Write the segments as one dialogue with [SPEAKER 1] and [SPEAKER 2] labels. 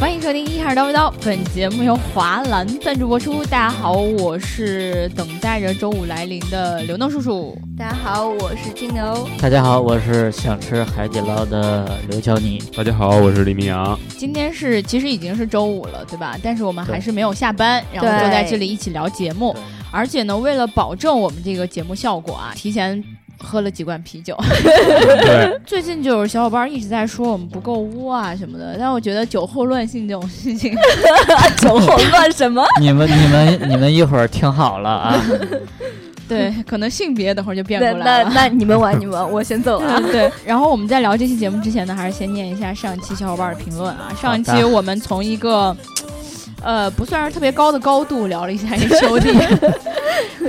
[SPEAKER 1] 开始叨逼叨，本节目由华兰赞助播出。大家好，我是等待着周五来临的刘能叔叔。
[SPEAKER 2] 大家好，我是金 牛。
[SPEAKER 3] 大家好，我是想吃海底捞的刘乔尼。
[SPEAKER 4] 大家好，我是李明 阳。
[SPEAKER 1] 今天是其实已经是周五了，对吧？但是我们还是没有下班，然后
[SPEAKER 2] 对
[SPEAKER 1] 就在这里一起聊节目
[SPEAKER 3] 对。
[SPEAKER 1] 而且呢，为了保证我们这个节目效果啊，提前喝了几罐啤酒。
[SPEAKER 4] 对，
[SPEAKER 1] 最近就有小伙伴一直在说我们不够污啊什么的，但我觉得酒后乱性这种事情，
[SPEAKER 2] 酒后乱什么？
[SPEAKER 3] 你们、你们、你们一会儿听好了 啊！
[SPEAKER 1] 对，可能性别等会儿就 变
[SPEAKER 2] 那
[SPEAKER 1] 过来
[SPEAKER 2] 那
[SPEAKER 1] 了。
[SPEAKER 2] 那你们玩你们，我先走 了。
[SPEAKER 1] 对嗯对，然后我们在聊这期节目之前呢，还是先念一下上期小伙伴的评论啊。上一期我们从一个，呃，不算是特别高的高度聊了一下这个兄弟，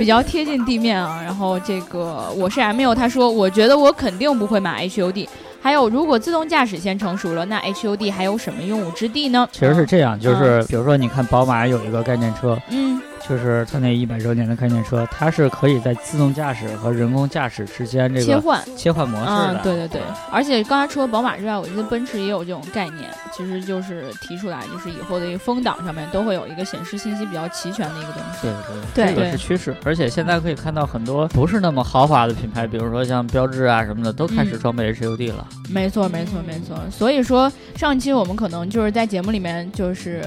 [SPEAKER 1] 比较贴近地面啊。然后这个我是 M U，他说我觉得我肯定不会买 H U D。还有，如果自动驾驶线成熟了，那 H U D 还有什么用武之地呢？
[SPEAKER 3] 其实是这样，就是比如说，你看宝马有一个概念车，
[SPEAKER 1] 嗯，
[SPEAKER 3] 就是它那一百周年的概念车，它是可以在自动驾驶和人工驾驶之间这
[SPEAKER 1] 切
[SPEAKER 3] 个
[SPEAKER 1] 换。
[SPEAKER 3] 切换啊模式
[SPEAKER 1] 嗯
[SPEAKER 3] 的。，
[SPEAKER 1] 对对对，而且刚才除了宝马之外，我觉得奔驰也有这种概念，其实就是提出来，就是以后的一个风挡上面都会有一个显示信息比较齐全的一个东西。
[SPEAKER 3] 对
[SPEAKER 2] 对
[SPEAKER 3] 对这个是趋势，而且现在可以看到很多不是那么豪华的品牌，比如说像标致啊什么的，都开始
[SPEAKER 1] 嗯
[SPEAKER 3] 装备 HUD 了。
[SPEAKER 1] 没错，没错，没错。嗯所以说上一期我们可能就是在节目里面就是，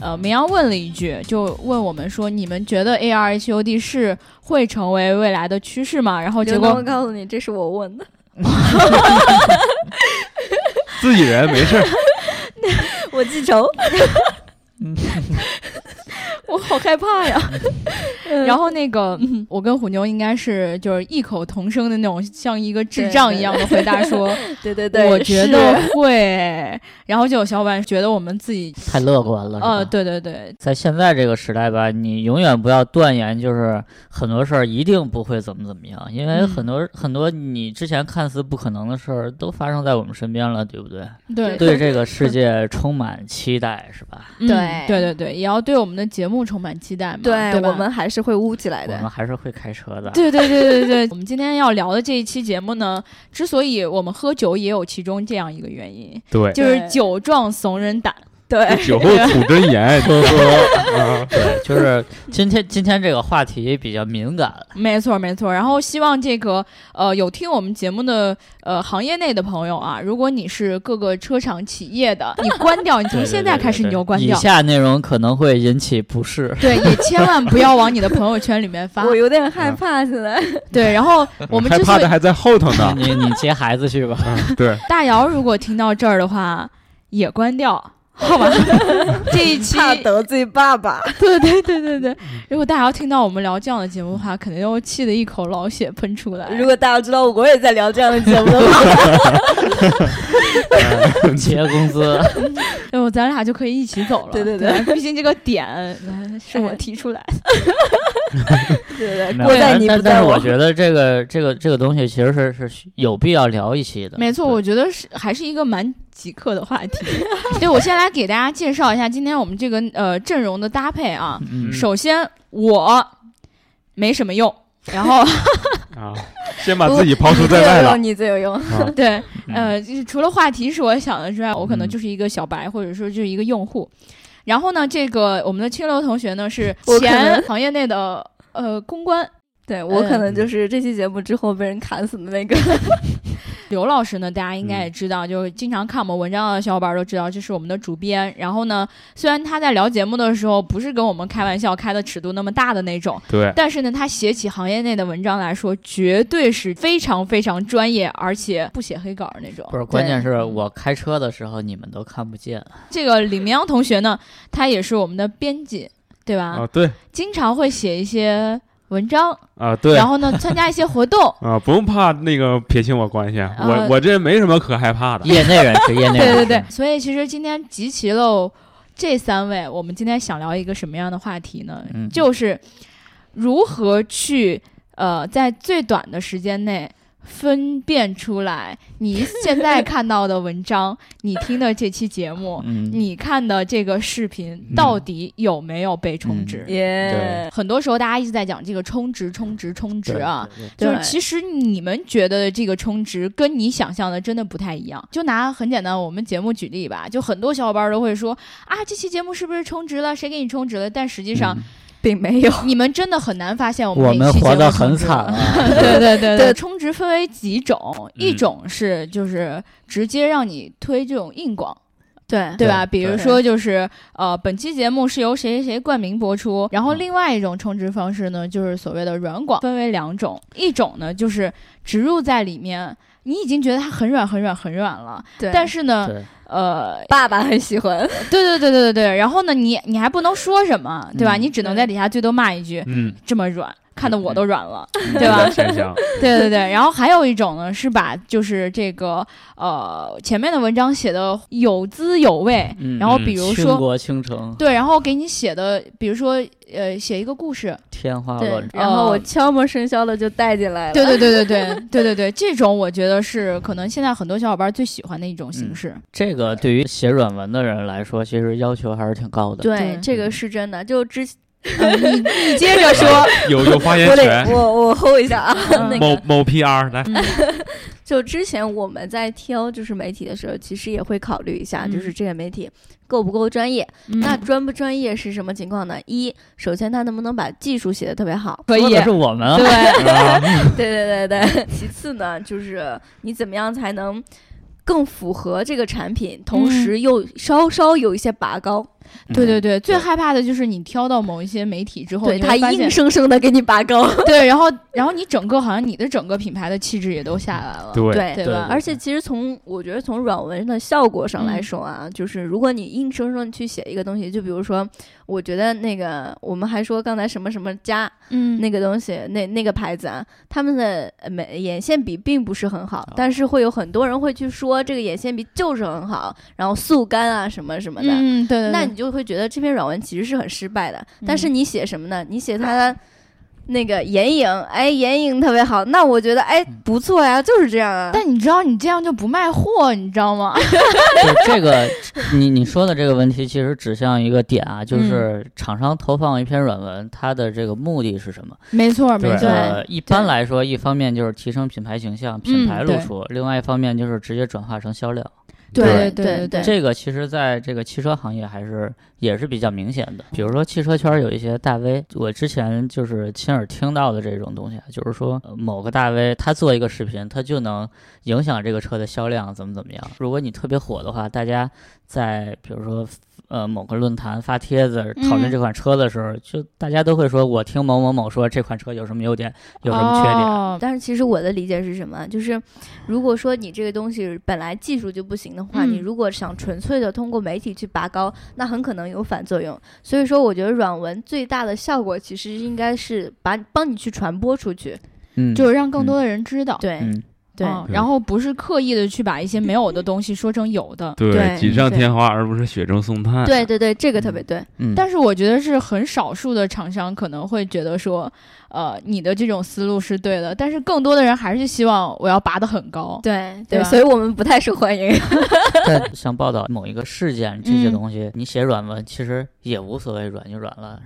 [SPEAKER 1] 呃，绵阳问了一句，就问我们说，你们觉得 AR HUD 是会成为未来的趋势吗？然后结
[SPEAKER 2] 刘
[SPEAKER 1] 果
[SPEAKER 2] 能告诉你，这是我问的，
[SPEAKER 4] 自己人没事儿。
[SPEAKER 2] 我记仇。
[SPEAKER 1] 嗯 我好害怕呀。然后那个，嗯我跟虎妞应该是就是异口同声的那种，像一个智
[SPEAKER 2] 对
[SPEAKER 1] 障
[SPEAKER 2] 对
[SPEAKER 1] 一样的回答说，
[SPEAKER 2] 对对对，
[SPEAKER 1] 我觉
[SPEAKER 2] 是
[SPEAKER 1] 得会。然后就有小伙伴觉得我们自己，
[SPEAKER 3] 太乐观了。是吧
[SPEAKER 1] 呃，对对对，
[SPEAKER 3] 在现在这个时代吧，你永远不要断言，就是很多事儿一定不会怎么怎么样，因为
[SPEAKER 1] 嗯
[SPEAKER 3] 很多、很多你之前看似不可能的事儿都发生在我们身边了，对不对？
[SPEAKER 1] 对
[SPEAKER 3] 对这个世界充满期待，是吧？
[SPEAKER 1] 嗯
[SPEAKER 2] 对
[SPEAKER 1] 对对对，也要对我们的节目充满期待嘛，
[SPEAKER 2] 对，
[SPEAKER 1] 对吧
[SPEAKER 2] 我们还是会污起来
[SPEAKER 3] 我
[SPEAKER 2] 的
[SPEAKER 3] 们。还是会开车的。
[SPEAKER 1] 对对对对对，我们今天要聊的这一期节目呢，之所以我们喝酒也有其中这样一个原因，
[SPEAKER 4] 对，
[SPEAKER 1] 就是
[SPEAKER 2] 对
[SPEAKER 1] 酒壮怂人胆。
[SPEAKER 2] 对，
[SPEAKER 4] 酒后吐真言，
[SPEAKER 3] 呵呵，
[SPEAKER 4] 啊
[SPEAKER 3] 对，就是今天今天这个话题比较敏感，
[SPEAKER 1] 没错，没错。然后希望这个呃有听我们节目的呃行业内的朋友啊，如果你是各个车厂企业的，你关掉，你 从
[SPEAKER 3] 对
[SPEAKER 1] 现在开始你就关
[SPEAKER 3] 以
[SPEAKER 1] 掉，
[SPEAKER 3] 下内容可能会引起 不适。
[SPEAKER 1] 对，也千万不要往你的朋友圈里面发。
[SPEAKER 2] 我有点害怕现在。
[SPEAKER 1] 对，然后我们
[SPEAKER 4] 害
[SPEAKER 1] 之
[SPEAKER 4] 怕
[SPEAKER 1] 所以
[SPEAKER 4] 的还在后头 呢。
[SPEAKER 3] 你你接孩子去吧。
[SPEAKER 4] 嗯对，
[SPEAKER 1] 大姚如果听到这儿的话，也关掉，好 吧？这一期，
[SPEAKER 2] 怕得罪爸爸，
[SPEAKER 1] 对对对对对，如果大姚听到我们聊这样的节目的话，肯定又气得一口老血喷出来。
[SPEAKER 2] 如果大家知道我也在聊这样的节目的 话，
[SPEAKER 3] 嗯结工资，
[SPEAKER 1] 哎呦，咱俩就可以一起走了。
[SPEAKER 2] 对对
[SPEAKER 1] 对
[SPEAKER 2] 对
[SPEAKER 1] 吧，毕竟这个 点呃是我提出来的。
[SPEAKER 2] 对
[SPEAKER 1] 哎
[SPEAKER 2] 对，对
[SPEAKER 3] 没有
[SPEAKER 2] 锅在
[SPEAKER 3] 但
[SPEAKER 2] 你不
[SPEAKER 3] 但
[SPEAKER 2] 在
[SPEAKER 3] 但是
[SPEAKER 2] 我
[SPEAKER 3] 我。觉得这个这个这个东西其实是是需有必要聊一期的。
[SPEAKER 1] 没错，
[SPEAKER 3] 对
[SPEAKER 1] 我觉得是还是一个蛮极客的话 题。对，我先来给大家介绍一下今天我们这个呃阵容的搭配啊。
[SPEAKER 3] 嗯
[SPEAKER 1] 首先我没什么用，然后
[SPEAKER 4] 啊，先把自己抛出在 外了。
[SPEAKER 2] 你最有用，你
[SPEAKER 4] 啊
[SPEAKER 1] 对，
[SPEAKER 3] 嗯
[SPEAKER 1] 呃，就是除了话题是我想的之外，我可能
[SPEAKER 3] 嗯
[SPEAKER 1] 就是一个小白，或者说就是一个用户。然后呢，这个我们的清流同学呢是
[SPEAKER 2] 我可
[SPEAKER 1] 前
[SPEAKER 2] 能
[SPEAKER 1] 行业内的呃公关，
[SPEAKER 2] 最有用。对我可能
[SPEAKER 4] 嗯
[SPEAKER 2] 就是这期节目之后被人砍死的那个。
[SPEAKER 1] 刘老师呢，大家应
[SPEAKER 2] 嗯
[SPEAKER 1] 该也知道，就是经常看我们文章的小伙伴都知道，这是我们的主编。然后呢，虽然他在聊节目的时候不是跟我们开玩笑开的尺度那么大的那种，
[SPEAKER 4] 对，
[SPEAKER 1] 但是呢，他写起行业内的文章来说，绝对是非常非常专业，而且不写黑稿的那种。
[SPEAKER 3] 不是，关键是
[SPEAKER 1] 嗯
[SPEAKER 3] 我开车的时候你们都看不见。
[SPEAKER 1] 这个李明阳同学呢，他也是我们的编辑，对吧？
[SPEAKER 4] 啊，对，
[SPEAKER 1] 经常会写一些文章，
[SPEAKER 4] 啊，对。
[SPEAKER 1] 然，后呢，参加一些活动
[SPEAKER 4] 啊，不用怕那个撇清我关系，啊
[SPEAKER 1] 呃
[SPEAKER 4] 我我这人没什么可害怕的。
[SPEAKER 3] 业内人 士，业内
[SPEAKER 1] 对
[SPEAKER 3] 人
[SPEAKER 1] 对
[SPEAKER 3] 士。
[SPEAKER 1] 对，所以其实今天集齐了这三位，我们今天想聊一个什么样的话题呢？
[SPEAKER 3] 嗯
[SPEAKER 1] 就是如何去呃，在最短的时间内分辨出来你现在看到的文章，你听的这期节目，
[SPEAKER 3] 嗯，
[SPEAKER 1] 你看的这个视频到底有没有被充值？
[SPEAKER 2] 耶，
[SPEAKER 1] 很多时候大家一直在讲这个充值、充值、充值啊，
[SPEAKER 3] 对，对对
[SPEAKER 1] 就是
[SPEAKER 2] 对
[SPEAKER 1] 其实你们觉得的这个充值跟你想象的真的不太一样。就拿很简单我们节目举例吧，就很多小伙伴都会说啊，这期节目是不是充值了？谁给你充值了？但实际上
[SPEAKER 3] 嗯
[SPEAKER 2] 并没有。
[SPEAKER 1] 你们真的很难发现我
[SPEAKER 3] 我
[SPEAKER 1] 们哪
[SPEAKER 3] 们
[SPEAKER 1] 期节
[SPEAKER 3] 活
[SPEAKER 1] 目
[SPEAKER 3] 得很
[SPEAKER 1] 充值
[SPEAKER 3] 惨
[SPEAKER 1] 了。
[SPEAKER 3] 啊，
[SPEAKER 1] 对对对
[SPEAKER 2] 对
[SPEAKER 1] 充值分为几种，一
[SPEAKER 3] 嗯
[SPEAKER 1] 种是就是直接让你推这种硬广，
[SPEAKER 2] 对
[SPEAKER 1] 对
[SPEAKER 3] 对
[SPEAKER 1] 吧？比如
[SPEAKER 2] 对
[SPEAKER 1] 说就是呃，本期节目是由谁谁谁冠名播出。然后
[SPEAKER 3] 嗯
[SPEAKER 1] 另外一种充值方式呢，就是所谓的软广，分为两种，一种呢就是植入在里面，你已经觉得它很软很软很软了，
[SPEAKER 2] 对
[SPEAKER 1] 但
[SPEAKER 2] 是
[SPEAKER 1] 是呢，
[SPEAKER 3] 对，
[SPEAKER 1] 呃，
[SPEAKER 2] 爸爸很喜欢，
[SPEAKER 1] 对对对对对对，然后呢，你你还不能说什么，对吧？
[SPEAKER 3] 嗯
[SPEAKER 1] 你只能在底下最多骂一句
[SPEAKER 4] 嗯，
[SPEAKER 1] 这么软。看得我都软了，
[SPEAKER 3] 嗯
[SPEAKER 1] 对
[SPEAKER 4] 对
[SPEAKER 1] 吧？
[SPEAKER 4] 现象，
[SPEAKER 1] 对对对，然后还有一种呢，是把就是这个呃前面的文章写的有滋有味，
[SPEAKER 3] 嗯
[SPEAKER 1] 然后
[SPEAKER 4] 嗯
[SPEAKER 1] 比如
[SPEAKER 3] 倾
[SPEAKER 1] 说
[SPEAKER 3] 国倾城，
[SPEAKER 1] 对，然后给你写的，比如说呃，写一个故事，
[SPEAKER 3] 天花
[SPEAKER 2] 对
[SPEAKER 3] 乱，坠，
[SPEAKER 2] 然后我悄无声息哦的就带进来了。
[SPEAKER 1] 对对对对对 对对对，这种我觉得是可能现在很多小伙伴最喜欢的一种形
[SPEAKER 3] 嗯
[SPEAKER 1] 式。
[SPEAKER 3] 这个对于写软文的人来说，其实要求还是挺高的。
[SPEAKER 1] 对
[SPEAKER 2] 这个是真的。就之
[SPEAKER 1] 嗯你你接着说，嗯
[SPEAKER 4] 有有发言
[SPEAKER 2] 我
[SPEAKER 4] 权
[SPEAKER 2] 得。我我 hold 一下啊， 那
[SPEAKER 4] 嗯某
[SPEAKER 2] 个
[SPEAKER 4] 某 PR 来，
[SPEAKER 2] 就之前我们在挑就是媒体的时候，其实也会考虑一下，
[SPEAKER 1] 嗯？
[SPEAKER 2] 就是这个媒体够不够专业。那专不专业是什么情况呢？一，首先他能不能把技术写得特别好
[SPEAKER 1] 可
[SPEAKER 3] 说
[SPEAKER 1] 以
[SPEAKER 3] 的是我们啊，
[SPEAKER 1] 对，
[SPEAKER 4] 啊
[SPEAKER 2] 对对对对。 其次呢，就是你怎么样才能更符合这个产品，同时又稍稍有一些拔高，
[SPEAKER 1] 对对
[SPEAKER 3] 嗯
[SPEAKER 1] 对，最害怕的就是你挑到某一些媒体之后，哦
[SPEAKER 2] 对
[SPEAKER 1] 你会
[SPEAKER 2] 他
[SPEAKER 1] 发
[SPEAKER 2] 硬
[SPEAKER 1] 现
[SPEAKER 2] 生生的给你拔高。
[SPEAKER 1] 对，然后然后你整个好像你的整个品牌的气质也都下来了，
[SPEAKER 4] 对，
[SPEAKER 2] 对
[SPEAKER 1] 对
[SPEAKER 3] 对
[SPEAKER 1] 吧？
[SPEAKER 2] 而且其实从我觉得从软文的效果上
[SPEAKER 1] 嗯
[SPEAKER 2] 来说啊，就是如果你硬生生地去写一个东西，就比如说，我觉得那个我们还说刚才什么什么家
[SPEAKER 1] 嗯
[SPEAKER 2] 那个东西，那那个牌子啊，他们的呃美眼线笔并不是很好
[SPEAKER 3] 哦，
[SPEAKER 2] 但是会有很多人会去说这个眼线笔就是很好，然后速干啊什么什么的。
[SPEAKER 1] 嗯，对对，
[SPEAKER 2] 那
[SPEAKER 1] 对
[SPEAKER 2] 你就会觉得这篇软文其实是很失败的，但是你写什么呢？你写它的那个眼影，哎，眼影特别好，那我觉得哎不错呀，就是这样啊。
[SPEAKER 1] 但你知道你这样就不卖货，你知道吗？
[SPEAKER 3] 对这个你你说的这个问题，其实指向一个点啊，
[SPEAKER 1] 嗯
[SPEAKER 3] 就是厂商投放一篇软文，它的这个目的是什么？
[SPEAKER 1] 没错，没
[SPEAKER 4] 对
[SPEAKER 1] 错，
[SPEAKER 3] 呃，一般来说，一方面就是提升品牌形象、
[SPEAKER 1] 嗯
[SPEAKER 3] 品牌露出，另外一方面就是直接转化成销量。
[SPEAKER 1] 对
[SPEAKER 2] 对
[SPEAKER 1] 对
[SPEAKER 2] 对
[SPEAKER 1] 对，
[SPEAKER 3] 这个其实在这个汽车行业还是也是比较明显的。比如说汽车圈有一些大 V，我之前就是亲耳听到的这种东西啊，就是说呃某个大 V 他做一个视频，他就能影响这个车的销量怎么怎么样。如果你特别火的话，大家在比如说。呃，某个论坛发帖子讨
[SPEAKER 1] 嗯
[SPEAKER 3] 论这款车的时候，就大家都会说，我听某某某说这款车有什么优点，有什么缺点，
[SPEAKER 1] 哦
[SPEAKER 2] 但是其实我的理解是什么？就是如果说你这个东西本来技术就不行的话，
[SPEAKER 1] 嗯
[SPEAKER 2] 你如果想纯粹的通过媒体去拔高，那很可能有反作用。所以说，我觉得软文最大的效果其实应该是把帮你去传播出去。
[SPEAKER 3] 嗯，
[SPEAKER 1] 就是让更多的人知道，
[SPEAKER 2] 对、
[SPEAKER 3] 嗯，
[SPEAKER 2] 对、
[SPEAKER 1] 嗯
[SPEAKER 4] 对
[SPEAKER 1] 然后不是刻意的去把一些没有的东西说成有的。
[SPEAKER 2] 对
[SPEAKER 4] 锦上添花而不是雪中送炭。
[SPEAKER 2] 对对对，这个特别对。
[SPEAKER 3] 嗯，
[SPEAKER 1] 但是我觉得是很少数的厂商可能会觉得说，呃，你的这种思路是对的，但是更多的人还是希望我要拔得很高。
[SPEAKER 2] 对
[SPEAKER 1] 对吧
[SPEAKER 2] 所以我们不太受欢迎。
[SPEAKER 3] 但像报道某一个事件这些
[SPEAKER 1] 嗯
[SPEAKER 3] 东西，你写软文其实也无所谓，软就软了。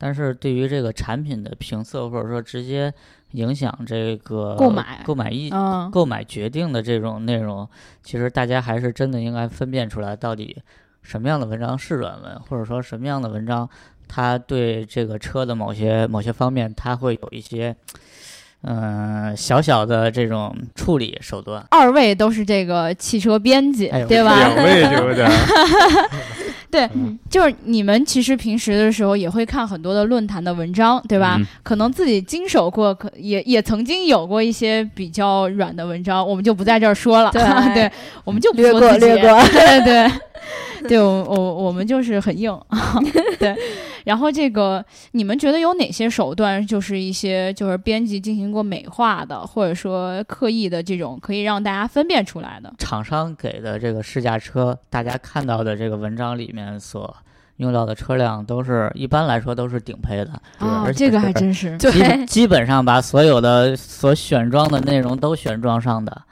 [SPEAKER 3] 但是对于这个产品的评测，或者说直接影响这个
[SPEAKER 1] 购买
[SPEAKER 3] 购买意、
[SPEAKER 1] 嗯，
[SPEAKER 3] 购买决定的这种内容，其实大家还是真的应该分辨出来，到底什么样的文章是软文，或者说什么样的文章，它对这个车的某些某些方面，它会有一些。嗯、小小的这种处理手段，
[SPEAKER 1] 二位都是这个汽车编辑，
[SPEAKER 3] 哎呦
[SPEAKER 1] 对吧？
[SPEAKER 4] 两位就有点，
[SPEAKER 1] 对， 就是你们其实平时的时候也会看很多的论坛的文章，对吧？
[SPEAKER 4] 嗯
[SPEAKER 1] 可能自己经手过，可也也曾经有过一些比较软的文章，我们就不在这儿说 了。
[SPEAKER 2] 对
[SPEAKER 1] 我们就不
[SPEAKER 2] 略
[SPEAKER 1] 说
[SPEAKER 2] 过
[SPEAKER 1] 自己
[SPEAKER 2] 略过
[SPEAKER 1] 对对对，我我我们就是很硬。 对，然后这个你们觉得有哪些手段，就是一些就是编辑进行过美化的，或者说刻意的这种，可以让大家分辨出来的？
[SPEAKER 3] 厂商给的这个试驾车，大家看到的这个文章里面所用到的车辆都是一般来说都是顶配的，
[SPEAKER 1] 哦
[SPEAKER 3] 而，且
[SPEAKER 1] 这个还真是。
[SPEAKER 3] 基
[SPEAKER 2] 对
[SPEAKER 3] 本，基本上把所有的所选装的内容都选装上的。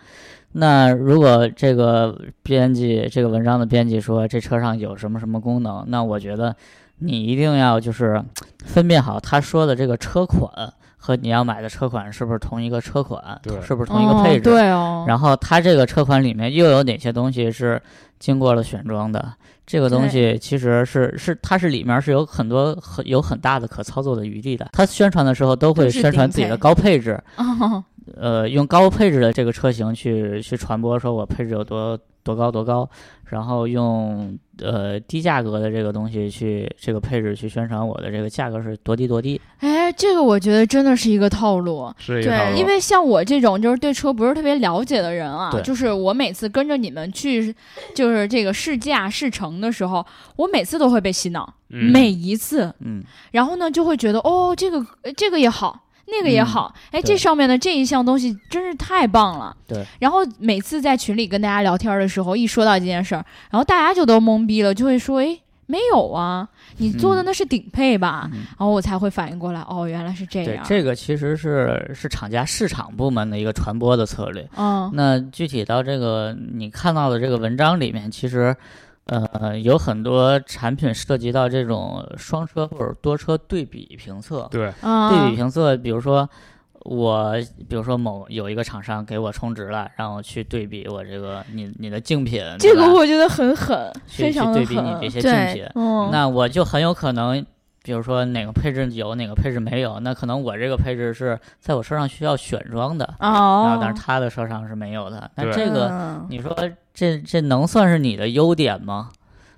[SPEAKER 3] 那如果这个编辑这个文章的编辑说这车上有什么什么功能，那我觉得你一定要就是分辨好他说的这个车款和你要买的车款是不是同一个车款，
[SPEAKER 4] 对
[SPEAKER 3] 是不是同一个配置，
[SPEAKER 1] 哦、对哦，
[SPEAKER 3] 然后它这个车款里面又有哪些东西是经过了选装的？这个东西其实是是它是里面是有很多很有很大的可操作的余地的。它宣传的时候都会
[SPEAKER 1] 都是
[SPEAKER 3] 宣传
[SPEAKER 1] 顶
[SPEAKER 3] 自己的
[SPEAKER 1] 配
[SPEAKER 3] 高配置，
[SPEAKER 1] 哦，
[SPEAKER 3] 呃，用高配置的这个车型去去传播，说我配置有多多高多高，然后用呃低价格的这个东西去这个配置去宣传我的这个价格是多低多低。
[SPEAKER 1] 哎，这个我觉得真的是一个套路。
[SPEAKER 3] 哦
[SPEAKER 4] 是一个套
[SPEAKER 2] 对
[SPEAKER 4] 路
[SPEAKER 1] 因为像我这种就是对车不是特别了解的人啊
[SPEAKER 3] 对，
[SPEAKER 1] 就是我每次跟着你们去，就是这个试驾试乘的时候，我每次都会被洗脑，
[SPEAKER 4] 嗯
[SPEAKER 1] 每一次，
[SPEAKER 3] 嗯，
[SPEAKER 1] 然后呢就会觉得哦，这个呃这个也好。那个也好，哎、
[SPEAKER 3] 嗯对
[SPEAKER 1] 这上面的这一项东西真是太棒了。
[SPEAKER 3] 对。
[SPEAKER 1] 然后每次在群里跟大家聊天的时候，一说到这件事儿，然后大家就都懵逼了，就会说：“哎，没有啊，你做的那是顶配吧？”
[SPEAKER 3] 嗯
[SPEAKER 1] 然后我才会反应过来，哦，原来是这
[SPEAKER 3] 对
[SPEAKER 1] 样。，
[SPEAKER 3] 这个其实是是厂家市场部门的一个传播的策略。
[SPEAKER 1] 嗯，
[SPEAKER 3] 那具体到这个你看到的这个文章里面，其实，呃，有很多产品涉及到这种双车或者多车对比评测。
[SPEAKER 4] 对
[SPEAKER 3] 对
[SPEAKER 1] 对啊
[SPEAKER 3] 比评测，比如说我，比如说某有一个厂商给我充值了，让我去对比我这个你你的竞品，对
[SPEAKER 1] 这个
[SPEAKER 3] 吧
[SPEAKER 1] 我觉得很狠，
[SPEAKER 3] 去
[SPEAKER 1] 非
[SPEAKER 3] 去
[SPEAKER 1] 常的
[SPEAKER 3] 对比你
[SPEAKER 1] 狠
[SPEAKER 3] 这。些竞品
[SPEAKER 2] 对，，嗯，
[SPEAKER 3] 那我就很有可能，比如说哪个配置有，哪个配置没有，那可能我这个配置是在我车上需要选装的，然后
[SPEAKER 1] 哦
[SPEAKER 3] 但是他的车上是没有的。那
[SPEAKER 4] 对
[SPEAKER 3] 这个
[SPEAKER 2] 嗯
[SPEAKER 3] 你说这这能算是你的优点吗？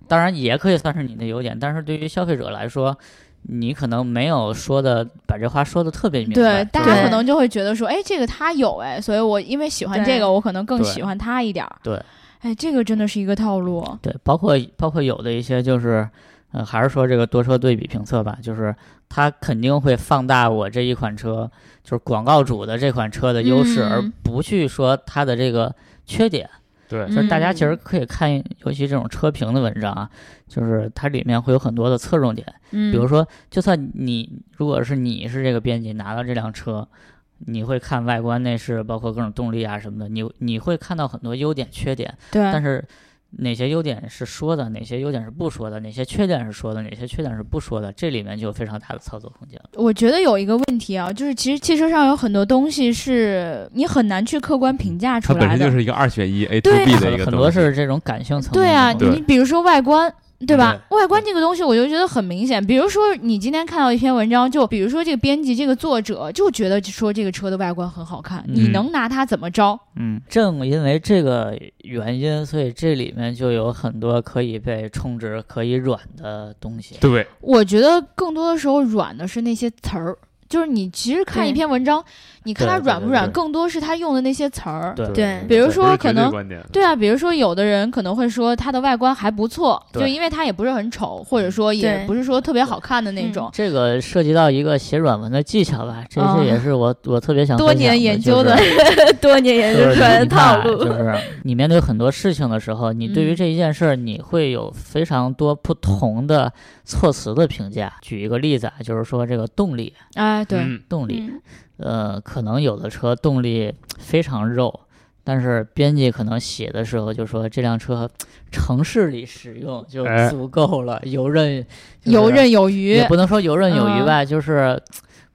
[SPEAKER 3] 当然也可以算是你的优点，但是对于消费者来说，你可能没有说的把这话说的特别明白
[SPEAKER 1] 对，，大家
[SPEAKER 2] 对
[SPEAKER 1] 可能就会觉得说，哎，这个他有哎，所以我因为喜欢这
[SPEAKER 2] 对
[SPEAKER 1] 个，我可能更
[SPEAKER 3] 对
[SPEAKER 1] 喜欢他一点儿。
[SPEAKER 3] 对，
[SPEAKER 1] 哎，这个真的是一个套路。
[SPEAKER 3] 对，包括包括有的一些就是，呃，还是说这个多车对比评测吧，就是它肯定会放大我这一款车，就是广告主的这款车的优势，
[SPEAKER 1] 嗯
[SPEAKER 3] 而不去说它的这个缺点。
[SPEAKER 4] 对
[SPEAKER 1] 嗯
[SPEAKER 3] 就是大家其实可以看，尤其这种车评的文章啊，就是它里面会有很多的侧重点。
[SPEAKER 1] 嗯，
[SPEAKER 3] 比如说，就算你如果是你是这个编辑拿到这辆车，你会看外观、内饰，包括各种动力啊什么的，你你会看到很多优点、缺点，
[SPEAKER 1] 对，
[SPEAKER 3] 但是哪些优点是说的，哪些优点是不说的，哪些缺点是说的，哪些缺点是不说的，这里面就有非常大的操作空间了。
[SPEAKER 1] 我觉得有一个问题啊，就是其实汽车上有很多东西是你很难去客观评价
[SPEAKER 4] 它
[SPEAKER 1] 出
[SPEAKER 4] 本
[SPEAKER 1] 来
[SPEAKER 4] 身
[SPEAKER 1] 的
[SPEAKER 4] 就。是一个二选一 A to
[SPEAKER 1] 对
[SPEAKER 4] B
[SPEAKER 1] 啊
[SPEAKER 4] 的一个
[SPEAKER 3] 很
[SPEAKER 4] 东
[SPEAKER 3] 多
[SPEAKER 4] 西
[SPEAKER 3] 是这种感性层面
[SPEAKER 1] 对啊，
[SPEAKER 3] 的东西。
[SPEAKER 1] 你比如说外观，对吧？外观
[SPEAKER 3] 对
[SPEAKER 1] 这个东西，我就觉得很明显。比如说你今天看到一篇文章，就比如说这个编辑、这个作者就觉得说这个车的外观很好看，你
[SPEAKER 4] 嗯
[SPEAKER 1] 能拿它怎么着？
[SPEAKER 3] 嗯，正因为这个原因，所以这里面就有很多可以被充值、可以软的东西。
[SPEAKER 4] 对
[SPEAKER 1] 我觉得更多的时候软的是那些词儿，就是你其实看一
[SPEAKER 2] 对
[SPEAKER 1] 篇文章，你看它
[SPEAKER 3] 对对
[SPEAKER 1] 软不
[SPEAKER 3] 对
[SPEAKER 1] 软，
[SPEAKER 3] 对
[SPEAKER 1] 更多是它用的那些词儿。
[SPEAKER 3] 对
[SPEAKER 2] 对
[SPEAKER 1] 比如
[SPEAKER 4] 不是
[SPEAKER 1] 说
[SPEAKER 4] 绝
[SPEAKER 1] 可
[SPEAKER 4] 对
[SPEAKER 1] 能
[SPEAKER 4] 观点
[SPEAKER 1] 对啊，比如说有的人可能会说它的外观还不错，
[SPEAKER 3] 对
[SPEAKER 1] 就因为它也不是很丑，或者说也
[SPEAKER 2] 对
[SPEAKER 1] 不是说特别好看的那种。
[SPEAKER 3] 这个涉及到一个写软文的技巧吧，这
[SPEAKER 1] 哦
[SPEAKER 3] 些也是我、我特别想
[SPEAKER 1] 多
[SPEAKER 3] 分享
[SPEAKER 1] 年研究的
[SPEAKER 3] 就是
[SPEAKER 2] 多年研
[SPEAKER 3] 就是
[SPEAKER 2] 究
[SPEAKER 3] 你
[SPEAKER 2] 出来的
[SPEAKER 3] 看啊
[SPEAKER 2] 套路，
[SPEAKER 3] 就是 你面对很多事情的时候，你对于
[SPEAKER 1] 嗯
[SPEAKER 3] 这一件事儿，你会有非常多不同的措辞的评价。举一个例子啊，就是说这个动力，
[SPEAKER 1] 哎，对，
[SPEAKER 4] 嗯
[SPEAKER 3] 动力，
[SPEAKER 2] 嗯
[SPEAKER 3] 呃，可能有的车动力非常肉。但是编辑可能写的时候就说这辆车城市里使用就
[SPEAKER 4] 哎
[SPEAKER 3] 足够了，游刃就是
[SPEAKER 1] 游刃有余
[SPEAKER 3] 也。不能说游刃有余
[SPEAKER 1] 嗯
[SPEAKER 3] 吧，就是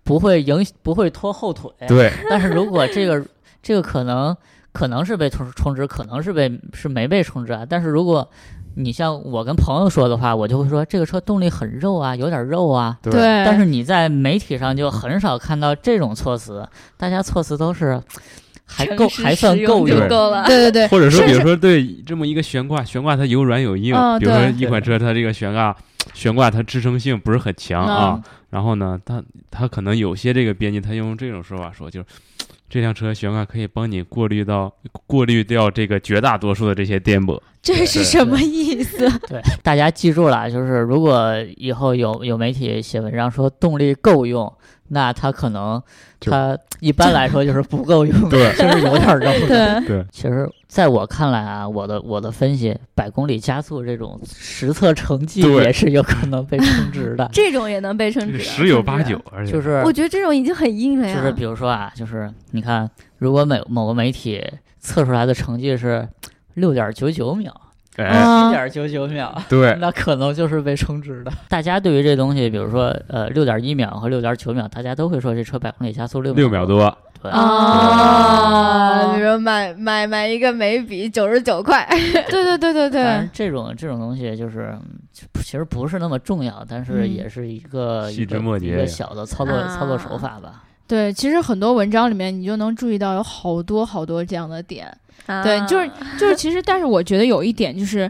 [SPEAKER 3] 不会影不会拖后腿。
[SPEAKER 4] 对
[SPEAKER 3] 但是如果这个这个可能可能是被充充值，可能是被是没被充值啊。但是如果你像我跟朋友说的话，我就会说这个车动力很肉啊，有点肉啊。
[SPEAKER 4] 对
[SPEAKER 1] 对，
[SPEAKER 3] 但是你在媒体上就很少看到这种措辞，大家措辞都是还够
[SPEAKER 2] 诚实
[SPEAKER 3] 还算
[SPEAKER 2] 实
[SPEAKER 3] 够
[SPEAKER 2] 用
[SPEAKER 3] 用
[SPEAKER 2] 就
[SPEAKER 4] 对
[SPEAKER 2] 够了。，
[SPEAKER 1] 对对对，
[SPEAKER 4] 或者说，
[SPEAKER 1] 是
[SPEAKER 4] 比如说对这么一个悬挂，悬挂它有软有硬。
[SPEAKER 1] 嗯
[SPEAKER 4] 比如说
[SPEAKER 1] 对
[SPEAKER 4] 一款车，它这个悬挂，悬挂它支撑性不是很强啊。
[SPEAKER 1] 嗯
[SPEAKER 4] 然后呢，它它可能有些这个编辑，他用这种说法说，就是这辆车悬挂可以帮你过滤到过滤掉这个绝大多数的这些颠簸。
[SPEAKER 1] 这是
[SPEAKER 4] 对
[SPEAKER 1] 什么意思？
[SPEAKER 3] 对， 大家记住了，就是如果以后有有媒体写文章说动力够用，那它可能
[SPEAKER 4] 就
[SPEAKER 3] 它一般来说就是不够用，对， 就是有点儿肉的。
[SPEAKER 1] 对，
[SPEAKER 4] 对，
[SPEAKER 3] 其实，在我看来啊，我的我的分析，百公里加速这种实测成绩
[SPEAKER 4] 对
[SPEAKER 3] 也是有可能被充值的
[SPEAKER 2] 这种也能被称
[SPEAKER 4] 这
[SPEAKER 2] 职，
[SPEAKER 4] 个十有八九
[SPEAKER 2] 是，
[SPEAKER 4] 而且
[SPEAKER 3] 就是
[SPEAKER 2] 不是。我觉得这种已经很硬了呀。
[SPEAKER 3] 就是比如说啊，就是你看，如果某某个媒体测出来的成绩是六点九九秒，
[SPEAKER 4] 哎，
[SPEAKER 3] 七
[SPEAKER 1] 啊，
[SPEAKER 3] 点九九秒，
[SPEAKER 4] 对，
[SPEAKER 3] 那可能就是被充值的。大家对于这东西，比如说呃六点一秒和六点九秒，大家都会说这车百公里加速六
[SPEAKER 4] 六秒。多，
[SPEAKER 3] 对，
[SPEAKER 2] 啊，比如买买买一个眉笔九十九块，
[SPEAKER 1] 对对对对
[SPEAKER 3] 当然
[SPEAKER 1] 对，
[SPEAKER 3] 这种这种东西就是嗯其实不是那么重要，但是
[SPEAKER 1] 嗯
[SPEAKER 3] 也是一个
[SPEAKER 4] 细
[SPEAKER 3] 一个
[SPEAKER 4] 枝末节
[SPEAKER 3] 一
[SPEAKER 4] 呀
[SPEAKER 3] 个小的操作
[SPEAKER 2] 啊
[SPEAKER 3] 操作手法吧。
[SPEAKER 1] 对，其实很多文章里面你就能注意到有好多好多这样的点，
[SPEAKER 2] 啊
[SPEAKER 1] 对，就是
[SPEAKER 2] 嗯
[SPEAKER 1] 就是其实，但是我觉得有一点就是，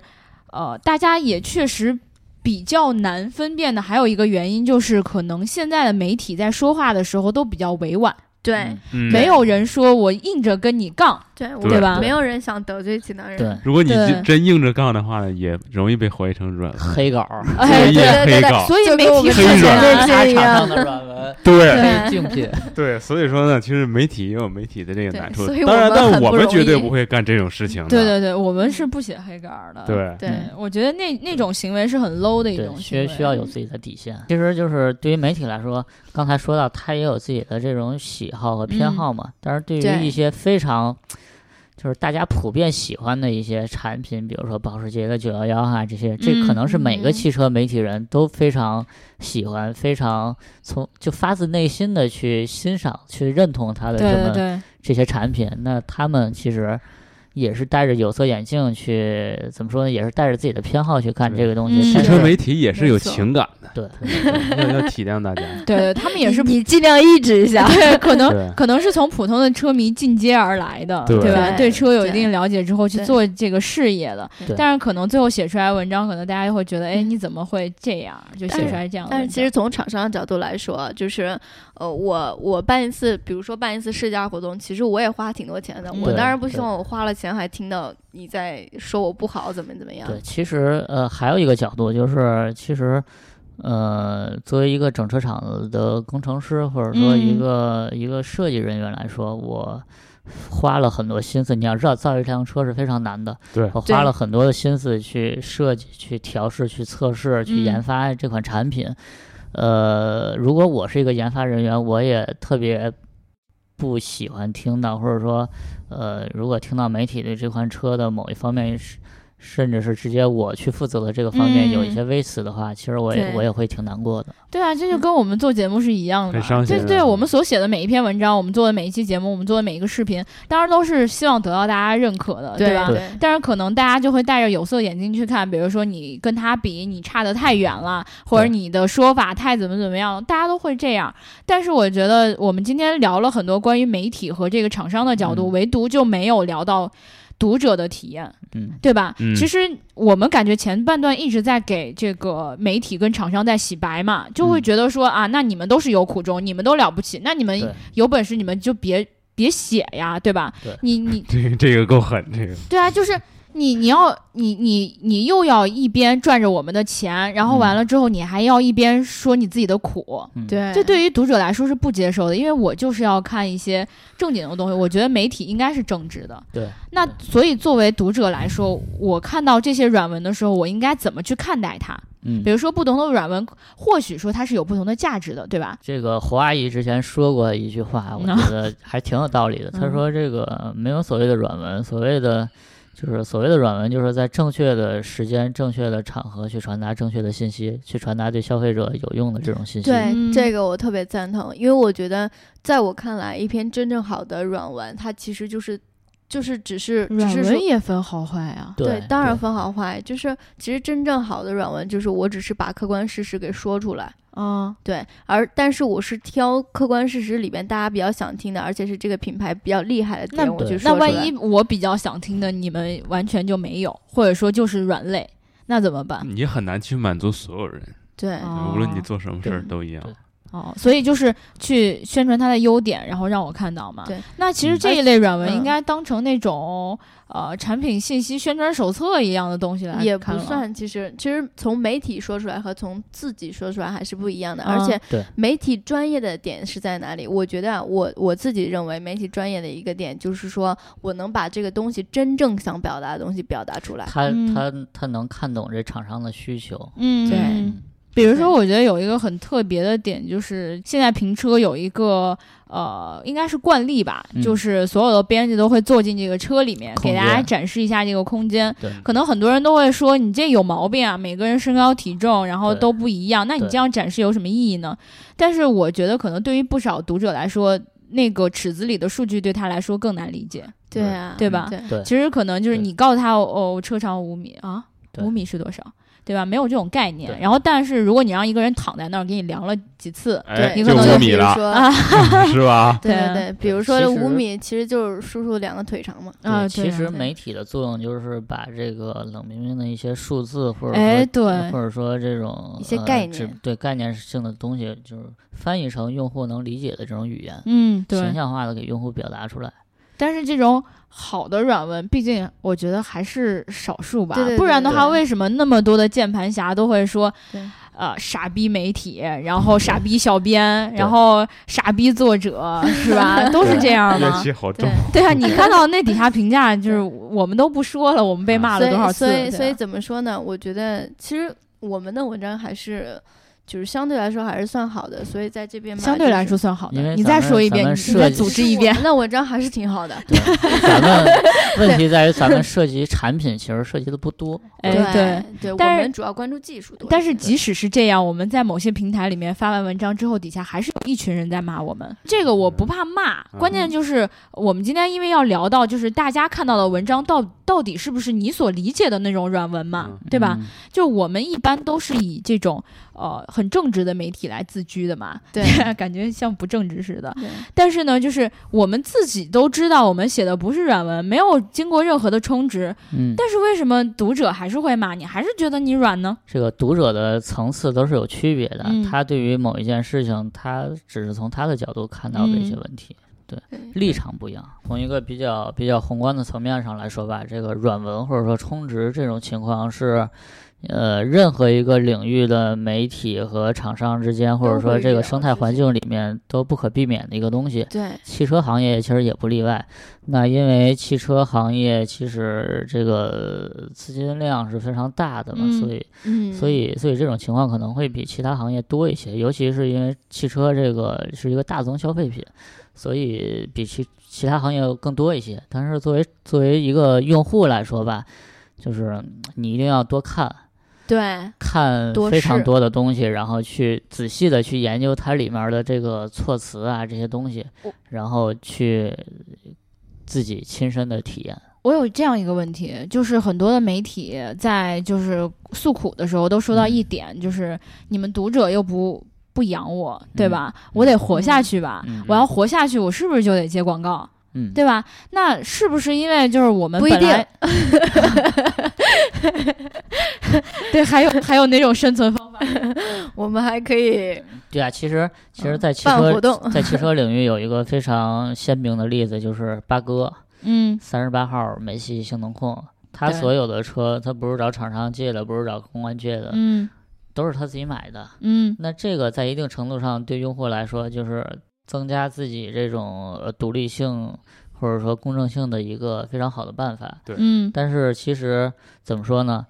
[SPEAKER 1] 呃，大家也确实。比较难分辨的还有一个原因就是，可能现在的媒体在说话的时候都比较委婉，
[SPEAKER 2] 对
[SPEAKER 4] 嗯，
[SPEAKER 1] 没有人说我硬着跟你杠，
[SPEAKER 2] 对，我
[SPEAKER 4] 对
[SPEAKER 2] 们
[SPEAKER 1] 吧
[SPEAKER 2] 没有人想得罪其他人，
[SPEAKER 3] 对，
[SPEAKER 4] 如果你
[SPEAKER 1] 对
[SPEAKER 4] 真硬着杠的话呢，也容易被怀疑成软文。
[SPEAKER 3] 黑稿，
[SPEAKER 1] 哎，
[SPEAKER 4] 作
[SPEAKER 1] 对，
[SPEAKER 2] 对
[SPEAKER 4] 业
[SPEAKER 2] 对
[SPEAKER 4] 黑
[SPEAKER 2] 对
[SPEAKER 4] 稿，
[SPEAKER 1] 所以
[SPEAKER 2] 就
[SPEAKER 1] 媒
[SPEAKER 2] 跟我
[SPEAKER 1] 体
[SPEAKER 2] 们
[SPEAKER 1] 很
[SPEAKER 4] 黑
[SPEAKER 1] 难
[SPEAKER 4] 人
[SPEAKER 2] 软文
[SPEAKER 1] 啊
[SPEAKER 2] 是
[SPEAKER 3] 沙
[SPEAKER 2] 一
[SPEAKER 3] 场上
[SPEAKER 2] 样
[SPEAKER 3] 的 软文，
[SPEAKER 4] 对
[SPEAKER 1] 对
[SPEAKER 3] 竞品。
[SPEAKER 4] 对，所以说呢，其实媒体也有媒体的这个
[SPEAKER 2] 对
[SPEAKER 4] 难处
[SPEAKER 2] 所以。我
[SPEAKER 4] 当然，
[SPEAKER 2] 们
[SPEAKER 4] 但
[SPEAKER 2] 很
[SPEAKER 4] 我
[SPEAKER 2] 不
[SPEAKER 4] 们
[SPEAKER 2] 容
[SPEAKER 4] 绝对
[SPEAKER 2] 易
[SPEAKER 4] 不会干这种事情的。
[SPEAKER 1] 对对对，我们是不写黑杆儿的。
[SPEAKER 4] 对
[SPEAKER 2] 对
[SPEAKER 1] 嗯，我觉得那那种行为是很 low 的一
[SPEAKER 3] 对
[SPEAKER 1] 种，行
[SPEAKER 3] 需
[SPEAKER 1] 为。嗯
[SPEAKER 3] 需要有自己的底线。其实就是对于媒体来说，刚才说到他也有自己的这种喜好和偏
[SPEAKER 1] 嗯
[SPEAKER 3] 好嘛。但是对于
[SPEAKER 2] 对
[SPEAKER 3] 一些非常就是大家普遍喜欢的一些产品，比如说保时捷的九幺幺啊，这些这可能是每
[SPEAKER 1] 嗯嗯
[SPEAKER 3] 个汽车媒体人都非常喜欢，非常从就发自内心的去欣赏、去认同它的
[SPEAKER 1] 对
[SPEAKER 3] 这么
[SPEAKER 1] 对对
[SPEAKER 3] 这些产品，那他们其实也是戴着有色眼镜去，怎么说呢？也是带着自己的偏好去看
[SPEAKER 4] 对
[SPEAKER 3] 这个东
[SPEAKER 1] 嗯
[SPEAKER 3] 西。
[SPEAKER 1] 汽
[SPEAKER 4] 汽
[SPEAKER 3] 但
[SPEAKER 4] 车
[SPEAKER 3] 是
[SPEAKER 4] 媒体也是有
[SPEAKER 2] 没错
[SPEAKER 4] 情感的，
[SPEAKER 3] 对，
[SPEAKER 4] 要要体谅大家。
[SPEAKER 1] 对对，他们也是
[SPEAKER 2] 你你尽量抑制一下，
[SPEAKER 1] 对，可
[SPEAKER 4] 对
[SPEAKER 1] 能可能是从普通的车迷进阶而来的，
[SPEAKER 4] 对
[SPEAKER 1] 吧？
[SPEAKER 2] 对
[SPEAKER 1] 对车有一
[SPEAKER 2] 对
[SPEAKER 1] 定了解之后去
[SPEAKER 2] 对
[SPEAKER 1] 做这个事业的
[SPEAKER 3] 对，
[SPEAKER 1] 但是可能最后写出来文章，可能大家又会觉得，哎，你怎么会这样？就写出来这样的
[SPEAKER 2] 但
[SPEAKER 1] 文章。
[SPEAKER 2] 是其实从厂商的角度来说，就是呃，我我办一次，比如说办一次试驾活动，其实我也花挺多钱的。
[SPEAKER 1] 嗯
[SPEAKER 2] 我
[SPEAKER 1] 对
[SPEAKER 2] 当然不希
[SPEAKER 3] 对
[SPEAKER 2] 望我花了钱还听到你在说我不好，怎么怎么样。
[SPEAKER 3] 对，其实呃还有一个角度就是，其实呃作为一个整车厂的工程师，或者说一
[SPEAKER 1] 嗯
[SPEAKER 3] 个、一个设计人员来说，我花了很多心思。你要知道，造一辆车是非常难的，
[SPEAKER 4] 对
[SPEAKER 3] 我
[SPEAKER 2] 对
[SPEAKER 3] 花了很多的心思去设计、去调试、去测试、去
[SPEAKER 1] 嗯
[SPEAKER 3] 研发这款产品。呃，如果我是一个研发人员，我也特别不喜欢听到，或者说，呃，如果听到媒体对这款车的某一方面是，甚至是直接我去负责的这个方面有一
[SPEAKER 1] 嗯
[SPEAKER 3] 些微词的话，其实我也
[SPEAKER 2] 对
[SPEAKER 3] 我也会挺难过的。
[SPEAKER 1] 对啊，这就跟我们做节目是一样的
[SPEAKER 4] 很
[SPEAKER 1] 嘛。
[SPEAKER 4] 伤心啊
[SPEAKER 1] 对
[SPEAKER 4] 的
[SPEAKER 1] 对，我们所写的每一篇文章，我们做的每一期节目，我们做的每一个视频，当然都是希望得到大家认可的，吧？
[SPEAKER 2] 对
[SPEAKER 1] 但是可能大家就会戴着有色眼镜去看，比如说你跟他比，你差得太远了，或者
[SPEAKER 3] 对
[SPEAKER 1] 你的说法太怎么怎么样，大家都会这样。但是我觉得我们今天聊了很多关于媒体和这个厂商的角度，
[SPEAKER 3] 嗯
[SPEAKER 1] 唯独就没有聊到。读者的体验，
[SPEAKER 3] 嗯，
[SPEAKER 1] 对吧？
[SPEAKER 4] 嗯
[SPEAKER 1] 其实我们感觉前半段一直在给这个媒体跟厂商在洗白嘛，就会
[SPEAKER 3] 嗯
[SPEAKER 1] 觉得说、啊，那你们都是有苦衷，你们都了不起，那你们
[SPEAKER 3] 对
[SPEAKER 1] 有本事你们就别别写呀，对吧？
[SPEAKER 3] 对
[SPEAKER 1] 你你
[SPEAKER 4] 这个这个够狠，这个
[SPEAKER 1] 对啊，就是你你要你你你又要一边赚着我们的钱，然后完了之后你还要一边说你自己的苦，
[SPEAKER 3] 嗯，
[SPEAKER 2] 对，
[SPEAKER 1] 这嗯对于读者来说是不接受的，因为我就是要看一些正经的东西，我觉得媒体应该是正直的。
[SPEAKER 3] 对，
[SPEAKER 1] 那所以作为读者来说，我看到这些软文的时候，我应该怎么去看待它？
[SPEAKER 3] 嗯
[SPEAKER 1] 比。如说不同的软文，或许说它是有不同的价值的，对吧？
[SPEAKER 3] 这个侯阿姨之前说过一句话，我
[SPEAKER 1] 嗯
[SPEAKER 3] 觉得还挺有道理的。她
[SPEAKER 1] 嗯
[SPEAKER 3] 说：“这个没有所谓的软文，所谓的就是所谓的软文，就是在正确的时间、正确的场合去传达正确的信息，去传达对消费者有用的这种信息。”
[SPEAKER 2] 对、
[SPEAKER 1] 嗯
[SPEAKER 2] 这个我特别赞同，因为我觉得在我看来，一篇真正好的软文，它其实就是就是只是只是说。
[SPEAKER 1] 也分好坏啊。
[SPEAKER 3] 对，
[SPEAKER 2] 当然分好坏，就是其实真正好的软文，就是我只是把客观事实给说出来，
[SPEAKER 1] 嗯，
[SPEAKER 2] 对，而但是我是挑客观事实里边大家比较想听的，而且是这个品牌比较厉害的
[SPEAKER 1] 那
[SPEAKER 2] 点，我
[SPEAKER 3] 对
[SPEAKER 2] 去
[SPEAKER 1] 那
[SPEAKER 2] 说出来。
[SPEAKER 1] 万一我比较想听的，你们完全就没有，或者说就是软肋，那怎么办？
[SPEAKER 2] 嗯
[SPEAKER 4] 你很难去满足所有人，
[SPEAKER 2] 对
[SPEAKER 1] 哦
[SPEAKER 4] 无论你做什么事儿
[SPEAKER 3] 对
[SPEAKER 4] 都一样
[SPEAKER 3] 对。
[SPEAKER 1] 哦，所以就是去宣传它的优点，然后让我看到嘛。
[SPEAKER 2] 对，
[SPEAKER 1] 那其实这一类软文
[SPEAKER 2] 嗯
[SPEAKER 1] 应该当成那种、呃产品信息宣传手册一样的东西来
[SPEAKER 2] 也
[SPEAKER 1] 看
[SPEAKER 2] 不
[SPEAKER 1] 了
[SPEAKER 2] 算，其实其实从媒体说出来和从自己说出来还是不一样的，
[SPEAKER 1] 嗯
[SPEAKER 2] 而且
[SPEAKER 3] 对
[SPEAKER 2] 媒体专业的点是在哪里？我觉得啊，我我自己认为媒体专业的一个点就是说我能把这个东西真正想表达的东西表达出来。
[SPEAKER 3] 他
[SPEAKER 1] 嗯
[SPEAKER 3] 他他能看懂这厂商的需求，
[SPEAKER 1] 嗯，
[SPEAKER 2] 对
[SPEAKER 1] 嗯比如说，我觉得有一个很特别的点，就是现在评车有一个呃，应该是惯例吧，
[SPEAKER 3] 嗯
[SPEAKER 1] 就是所有的编辑都会坐进这个车里面，
[SPEAKER 3] 空
[SPEAKER 1] 给
[SPEAKER 3] 间
[SPEAKER 1] 大家展示一下这个空间。
[SPEAKER 3] 对
[SPEAKER 1] 可能很多人都会说你这有毛病啊，每个人身高体重然后
[SPEAKER 3] 对
[SPEAKER 1] 都不一样，那你
[SPEAKER 3] 对
[SPEAKER 1] 这样展示有什么意义呢？但是我觉得，可能对于不少读者来说，那个尺子里的数据对他来说更难理解。
[SPEAKER 2] 对啊，
[SPEAKER 1] 对吧
[SPEAKER 2] 对，
[SPEAKER 3] 对
[SPEAKER 1] 其实可能就是
[SPEAKER 3] 对
[SPEAKER 1] 你告诉他哦，车长五米啊，
[SPEAKER 3] 对
[SPEAKER 1] 五米是多少，对吧？没有这种概念。
[SPEAKER 3] 对
[SPEAKER 1] 然后，但是如果你让一个人躺在那儿，给你量了几次，
[SPEAKER 4] 哎，
[SPEAKER 1] 你
[SPEAKER 4] 就
[SPEAKER 1] 可能
[SPEAKER 4] 五
[SPEAKER 1] 就
[SPEAKER 4] 米了，
[SPEAKER 2] 啊，
[SPEAKER 4] 是吧？
[SPEAKER 2] 对
[SPEAKER 1] 对
[SPEAKER 2] 对对，比如
[SPEAKER 3] 对
[SPEAKER 2] 说
[SPEAKER 3] 其
[SPEAKER 2] 这
[SPEAKER 3] 实
[SPEAKER 2] 五米其实就是叔叔两个腿长嘛。
[SPEAKER 1] 啊，
[SPEAKER 3] 对
[SPEAKER 1] 对
[SPEAKER 3] 其
[SPEAKER 1] 啊
[SPEAKER 3] 实
[SPEAKER 1] 对
[SPEAKER 3] 媒体的作用就是把这个冷冰冰的一些数字，或者说、
[SPEAKER 1] 哎对
[SPEAKER 3] 或者说这种
[SPEAKER 2] 一些概
[SPEAKER 3] 呃指
[SPEAKER 2] 念
[SPEAKER 3] 对概念性的东西，就是翻译成用户能理解的这种语言，
[SPEAKER 1] 嗯
[SPEAKER 3] 形
[SPEAKER 1] 对。
[SPEAKER 3] 象化的给用户表达出来。
[SPEAKER 1] 但是这种好的软文，毕竟我觉得还是少数吧。
[SPEAKER 2] 对对
[SPEAKER 1] 不然的
[SPEAKER 2] 对
[SPEAKER 1] 话，
[SPEAKER 2] 对
[SPEAKER 1] 为什么那么多的键盘侠都会说
[SPEAKER 2] 对，
[SPEAKER 1] 呃，傻逼媒体，然后傻逼小编，然后傻逼作者，是吧？都是这样
[SPEAKER 4] 怨
[SPEAKER 1] 吗？
[SPEAKER 4] 气好重
[SPEAKER 2] 对，
[SPEAKER 1] 对啊，你看到那底下评价，就是我们都不说了，我们被骂了多少次？
[SPEAKER 2] 所以所以
[SPEAKER 1] 对啊
[SPEAKER 2] 所以怎么说呢？我觉得其实我们的文章还是就是相对来说还是算好的，所以在这边嘛
[SPEAKER 1] 相对
[SPEAKER 2] 就是
[SPEAKER 1] 来说算好
[SPEAKER 3] 因
[SPEAKER 1] 的。
[SPEAKER 3] 为
[SPEAKER 1] 你
[SPEAKER 3] 咱
[SPEAKER 1] 再
[SPEAKER 3] 们
[SPEAKER 1] 说一
[SPEAKER 3] 咱
[SPEAKER 1] 遍，
[SPEAKER 3] 们
[SPEAKER 1] 你你
[SPEAKER 3] 设
[SPEAKER 1] 再
[SPEAKER 3] 计
[SPEAKER 1] 组织一遍。
[SPEAKER 2] 我们的文章还是挺好的。
[SPEAKER 3] 对，咱们问题在于咱们涉及产品，其实涉及的不多。
[SPEAKER 1] 哎， 对。
[SPEAKER 2] 对，我
[SPEAKER 1] 但是
[SPEAKER 2] 们主要关注技术多一些。
[SPEAKER 1] 但是即使是这样，我们在某些平台里面发完文章之后，底下还是有一群人在骂我们。这个我不怕骂，
[SPEAKER 4] 嗯
[SPEAKER 1] 关键就是我们今天因为要聊到，就是大家看到的文章到到底是不是你所理解的那种软文嘛，对吧？
[SPEAKER 3] 嗯？
[SPEAKER 1] 就我们一般都是以这种呃很正直的媒体来自居的嘛，
[SPEAKER 2] 对
[SPEAKER 1] 感觉像不正直似的。
[SPEAKER 2] 对
[SPEAKER 1] 但是呢，就是我们自己都知道，我们写的不是软文，没有经过任何的充值，
[SPEAKER 3] 嗯，
[SPEAKER 1] 但是为什么读者还是会骂你，还是觉得你软呢？
[SPEAKER 3] 这个读者的层次都是有区别的。
[SPEAKER 1] 嗯
[SPEAKER 3] 他对于某一件事情，他只是从他的角度看到的一些
[SPEAKER 1] 嗯
[SPEAKER 3] 问题，
[SPEAKER 2] 对
[SPEAKER 3] 立场不一样。从一个比较比较宏观的层面上来说吧，这个软文或者说充值这种情况是。呃，任何一个领域的媒体和厂商之间，或者
[SPEAKER 2] 都
[SPEAKER 3] 说
[SPEAKER 2] 会
[SPEAKER 3] 这
[SPEAKER 2] 有
[SPEAKER 3] 个生
[SPEAKER 2] 之
[SPEAKER 3] 态环
[SPEAKER 2] 间
[SPEAKER 3] 境里面都不可避免的一个东西。
[SPEAKER 2] 对
[SPEAKER 3] 汽车行业其实也不例外。那因为汽车行业其实这个资金量是非常大的嘛，
[SPEAKER 1] 嗯
[SPEAKER 3] 所以
[SPEAKER 2] 嗯，
[SPEAKER 3] 所以所以这种情况可能会比其他行业多一些，尤其是因为汽车这个是一个大宗消费品，所以比其其他行业更多一些。但是作为作为一个用户来说吧，就是嗯你一定要多看。
[SPEAKER 2] 对
[SPEAKER 3] 看
[SPEAKER 2] 多
[SPEAKER 3] 非常
[SPEAKER 2] 试
[SPEAKER 3] 多的东西，然后去仔细的去研究它里面的这个措辞啊这些东西
[SPEAKER 2] 我，
[SPEAKER 3] 然后去自己亲身的体验。
[SPEAKER 1] 我有这样一个问题，就是很多的媒体在就是诉苦的时候都说到一
[SPEAKER 3] 嗯
[SPEAKER 1] 点，就是你们读者又不不养我，对吧？我得活下去吧。
[SPEAKER 3] 嗯嗯嗯
[SPEAKER 1] 我要活下去，我是不是就得接广告，
[SPEAKER 3] 嗯，
[SPEAKER 1] 对吧？那是不是因为就是我们
[SPEAKER 2] 不一
[SPEAKER 1] 本来
[SPEAKER 2] 定，
[SPEAKER 1] 对，还有还有哪种生存方法？
[SPEAKER 2] 我们还可以
[SPEAKER 3] 对啊，其实其实，
[SPEAKER 2] 嗯
[SPEAKER 3] 在汽
[SPEAKER 2] 办
[SPEAKER 3] 车、
[SPEAKER 2] 活动
[SPEAKER 3] 在汽车领域有一个非常鲜明的例子，就是八哥
[SPEAKER 1] 嗯
[SPEAKER 3] 三十八号美系性能控，他
[SPEAKER 1] 对
[SPEAKER 3] 所有的车，他不是找厂商借的，不是找公关借的，
[SPEAKER 1] 嗯
[SPEAKER 3] 都是他自己买的。
[SPEAKER 1] 嗯
[SPEAKER 3] 那这个在一定程度上对用户来说，就是增加自己这种呃独立性或者说公正性的一个非常好的办法。
[SPEAKER 1] 嗯，
[SPEAKER 3] 但是其实怎么说呢？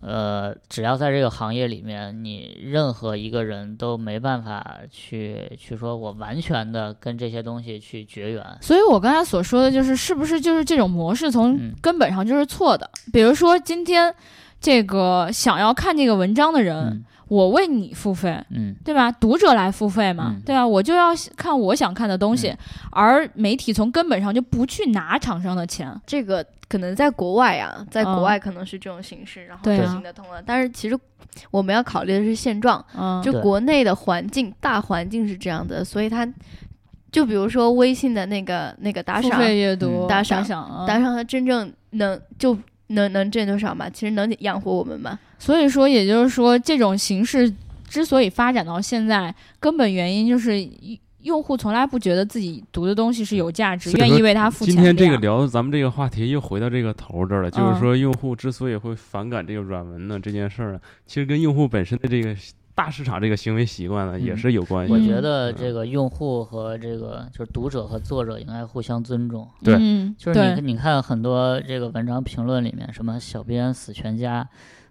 [SPEAKER 3] 呃，只要在这个行业里面，你任何一个人都没办法去去说我完全的跟这些东西去绝缘。
[SPEAKER 1] 所以我刚才所说的就是，是不是就是这种模式从
[SPEAKER 3] 嗯
[SPEAKER 1] 根本上就是错的？比如说今天这个想要看这个文章的人，
[SPEAKER 3] 嗯
[SPEAKER 1] 我为你付费。
[SPEAKER 3] 嗯，
[SPEAKER 1] 对吧？读者来付费嘛，
[SPEAKER 3] 嗯
[SPEAKER 1] 对吧？我就要看我想看的东西，而媒体从根本上就不去拿厂商的钱。
[SPEAKER 2] 这个可能在国外啊，在
[SPEAKER 1] 嗯
[SPEAKER 2] 国外可能是这种形式，然后
[SPEAKER 1] 对
[SPEAKER 2] 就
[SPEAKER 1] 啊
[SPEAKER 2] 行得通了。但是其实我们要考虑的是现状，
[SPEAKER 1] 嗯，
[SPEAKER 2] 就
[SPEAKER 3] 对
[SPEAKER 2] 国内的环境大环境是这样的，所以它就比如说微信的那个那个打
[SPEAKER 1] 付
[SPEAKER 2] 赏，
[SPEAKER 1] 费阅读、
[SPEAKER 3] 嗯
[SPEAKER 1] 打
[SPEAKER 2] 打
[SPEAKER 1] 赏、
[SPEAKER 2] 赏
[SPEAKER 1] 嗯
[SPEAKER 2] 打赏它真正能就能能挣多少嘛？其实能养活我们嘛？
[SPEAKER 1] 所以说，也就是说，这种形式之所以发展到现在，根本原因就是用户从来不觉得自己读的东西是有价值，
[SPEAKER 4] 所以
[SPEAKER 1] 愿
[SPEAKER 4] 说
[SPEAKER 1] 意为它付钱
[SPEAKER 4] 今
[SPEAKER 1] 的呀。
[SPEAKER 4] 天这个聊咱们这个话题又回到这个头儿这儿了，就
[SPEAKER 1] 嗯
[SPEAKER 4] 是说用户之所以会反感这个软文呢这件事儿呢，其实跟用户本身的这个大市场这个行为习惯呢也
[SPEAKER 3] 嗯
[SPEAKER 4] 是有关系
[SPEAKER 3] 我
[SPEAKER 4] 的。
[SPEAKER 3] 觉
[SPEAKER 1] 嗯
[SPEAKER 3] 得这个用户和这个就是读者和作者应该互相尊重。
[SPEAKER 4] 对
[SPEAKER 1] 嗯，
[SPEAKER 3] 就是
[SPEAKER 1] 对
[SPEAKER 3] 你你看很多这个文章评论里面，什么小编死全家，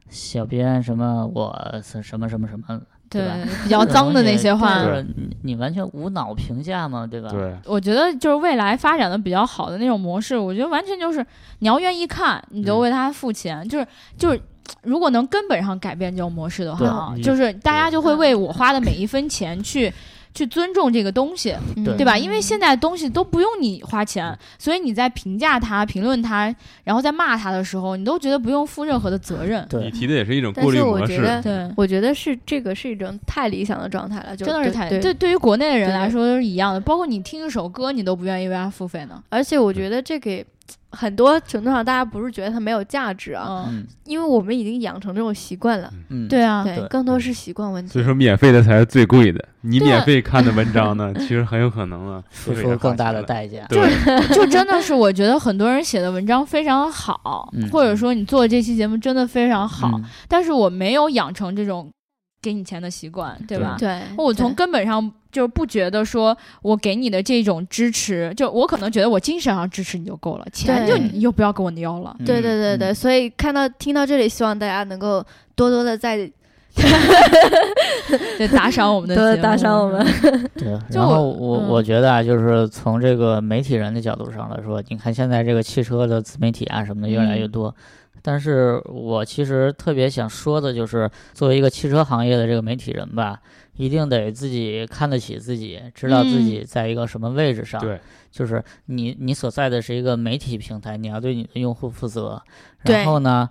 [SPEAKER 3] 小编什么我死什么什么什么，对吧
[SPEAKER 1] 比较脏的那 些话啊
[SPEAKER 3] 就
[SPEAKER 4] 对。
[SPEAKER 3] 是你你完全无脑评价嘛，对吧？
[SPEAKER 4] 对，
[SPEAKER 1] 我觉得就是未来发展的比较好的那种模式，我觉得完全就是你要愿意看，你就
[SPEAKER 4] 嗯
[SPEAKER 1] 为它付钱，就是就是。如果能根本上改变这种模式的话
[SPEAKER 3] 对嗯
[SPEAKER 1] 啊，
[SPEAKER 4] 你
[SPEAKER 1] 就是大家
[SPEAKER 2] 对
[SPEAKER 1] 就会为我花的每一分钱去去尊重这个东西，
[SPEAKER 2] 嗯
[SPEAKER 3] 对
[SPEAKER 1] 对吧？因为现在东西都不用你花钱，所以你在评价它、评论它，然后在骂它的时候，你都觉得不用负任何的责任。
[SPEAKER 3] 对
[SPEAKER 4] 你提的也是一种
[SPEAKER 2] 但
[SPEAKER 4] 过滤
[SPEAKER 2] 是我
[SPEAKER 4] 模
[SPEAKER 2] 觉
[SPEAKER 4] 式。
[SPEAKER 2] 得
[SPEAKER 1] 对，
[SPEAKER 2] 我觉得是这个是一种太理想的状态了，就
[SPEAKER 1] 真的是
[SPEAKER 2] 对
[SPEAKER 1] 太
[SPEAKER 2] 对
[SPEAKER 1] 对。对于国内的人
[SPEAKER 2] 对
[SPEAKER 1] 来说都是一样的，包括你听一首歌，你都不愿意为它付费呢。
[SPEAKER 2] 而且我觉得这给很多程度上，大家不是觉得它没有价值啊，
[SPEAKER 1] 嗯，
[SPEAKER 3] 嗯
[SPEAKER 2] 因为我们已经养成这种习惯了。
[SPEAKER 3] 嗯，
[SPEAKER 1] 对啊，
[SPEAKER 2] 对，
[SPEAKER 3] 对
[SPEAKER 2] 更多是习惯问题
[SPEAKER 4] 所以。说，免费的才是最贵的。你
[SPEAKER 1] 对
[SPEAKER 4] 免费看的文章呢，其实很有可能啊，
[SPEAKER 3] 付
[SPEAKER 4] 付
[SPEAKER 3] 出更大的代价。
[SPEAKER 4] 对，
[SPEAKER 1] 就真的是我觉得很多人写的文章非常好
[SPEAKER 3] 嗯，
[SPEAKER 1] 或者说你做这期节目真的非常好，
[SPEAKER 3] 嗯
[SPEAKER 1] 但是我没有养成这种给你钱的习惯，对吧？
[SPEAKER 2] 对，
[SPEAKER 1] 我从
[SPEAKER 2] 对
[SPEAKER 1] 根本上就不觉得说我给你的这种支持，就我可能觉得我精神上支持你就够了，钱就
[SPEAKER 2] 对
[SPEAKER 1] 你又不要跟我要了。
[SPEAKER 2] 对对对
[SPEAKER 3] 嗯
[SPEAKER 2] 对，所以看到听到这里，希望大家能够多多的 在
[SPEAKER 1] 对，打赏我们的
[SPEAKER 2] 多
[SPEAKER 1] 节目，嗯
[SPEAKER 2] 打赏我们。
[SPEAKER 3] 对，
[SPEAKER 1] 就
[SPEAKER 3] 然后
[SPEAKER 1] 我
[SPEAKER 3] 我
[SPEAKER 1] 嗯
[SPEAKER 3] 我觉得啊，就是从这个媒体人的角度上来说，你看现在这个汽车的自媒体啊什么的越来越
[SPEAKER 1] 嗯
[SPEAKER 3] 多，但是我其实特别想说的就是，作为一个汽车行业的这个媒体人吧，一定得自己看得起自己，知道自
[SPEAKER 1] 嗯
[SPEAKER 3] 己在一个什么位置上，
[SPEAKER 4] 对，
[SPEAKER 3] 就是你你所在的是一个媒体平台，你要对你的用户负责。
[SPEAKER 2] 对
[SPEAKER 3] 然后呢，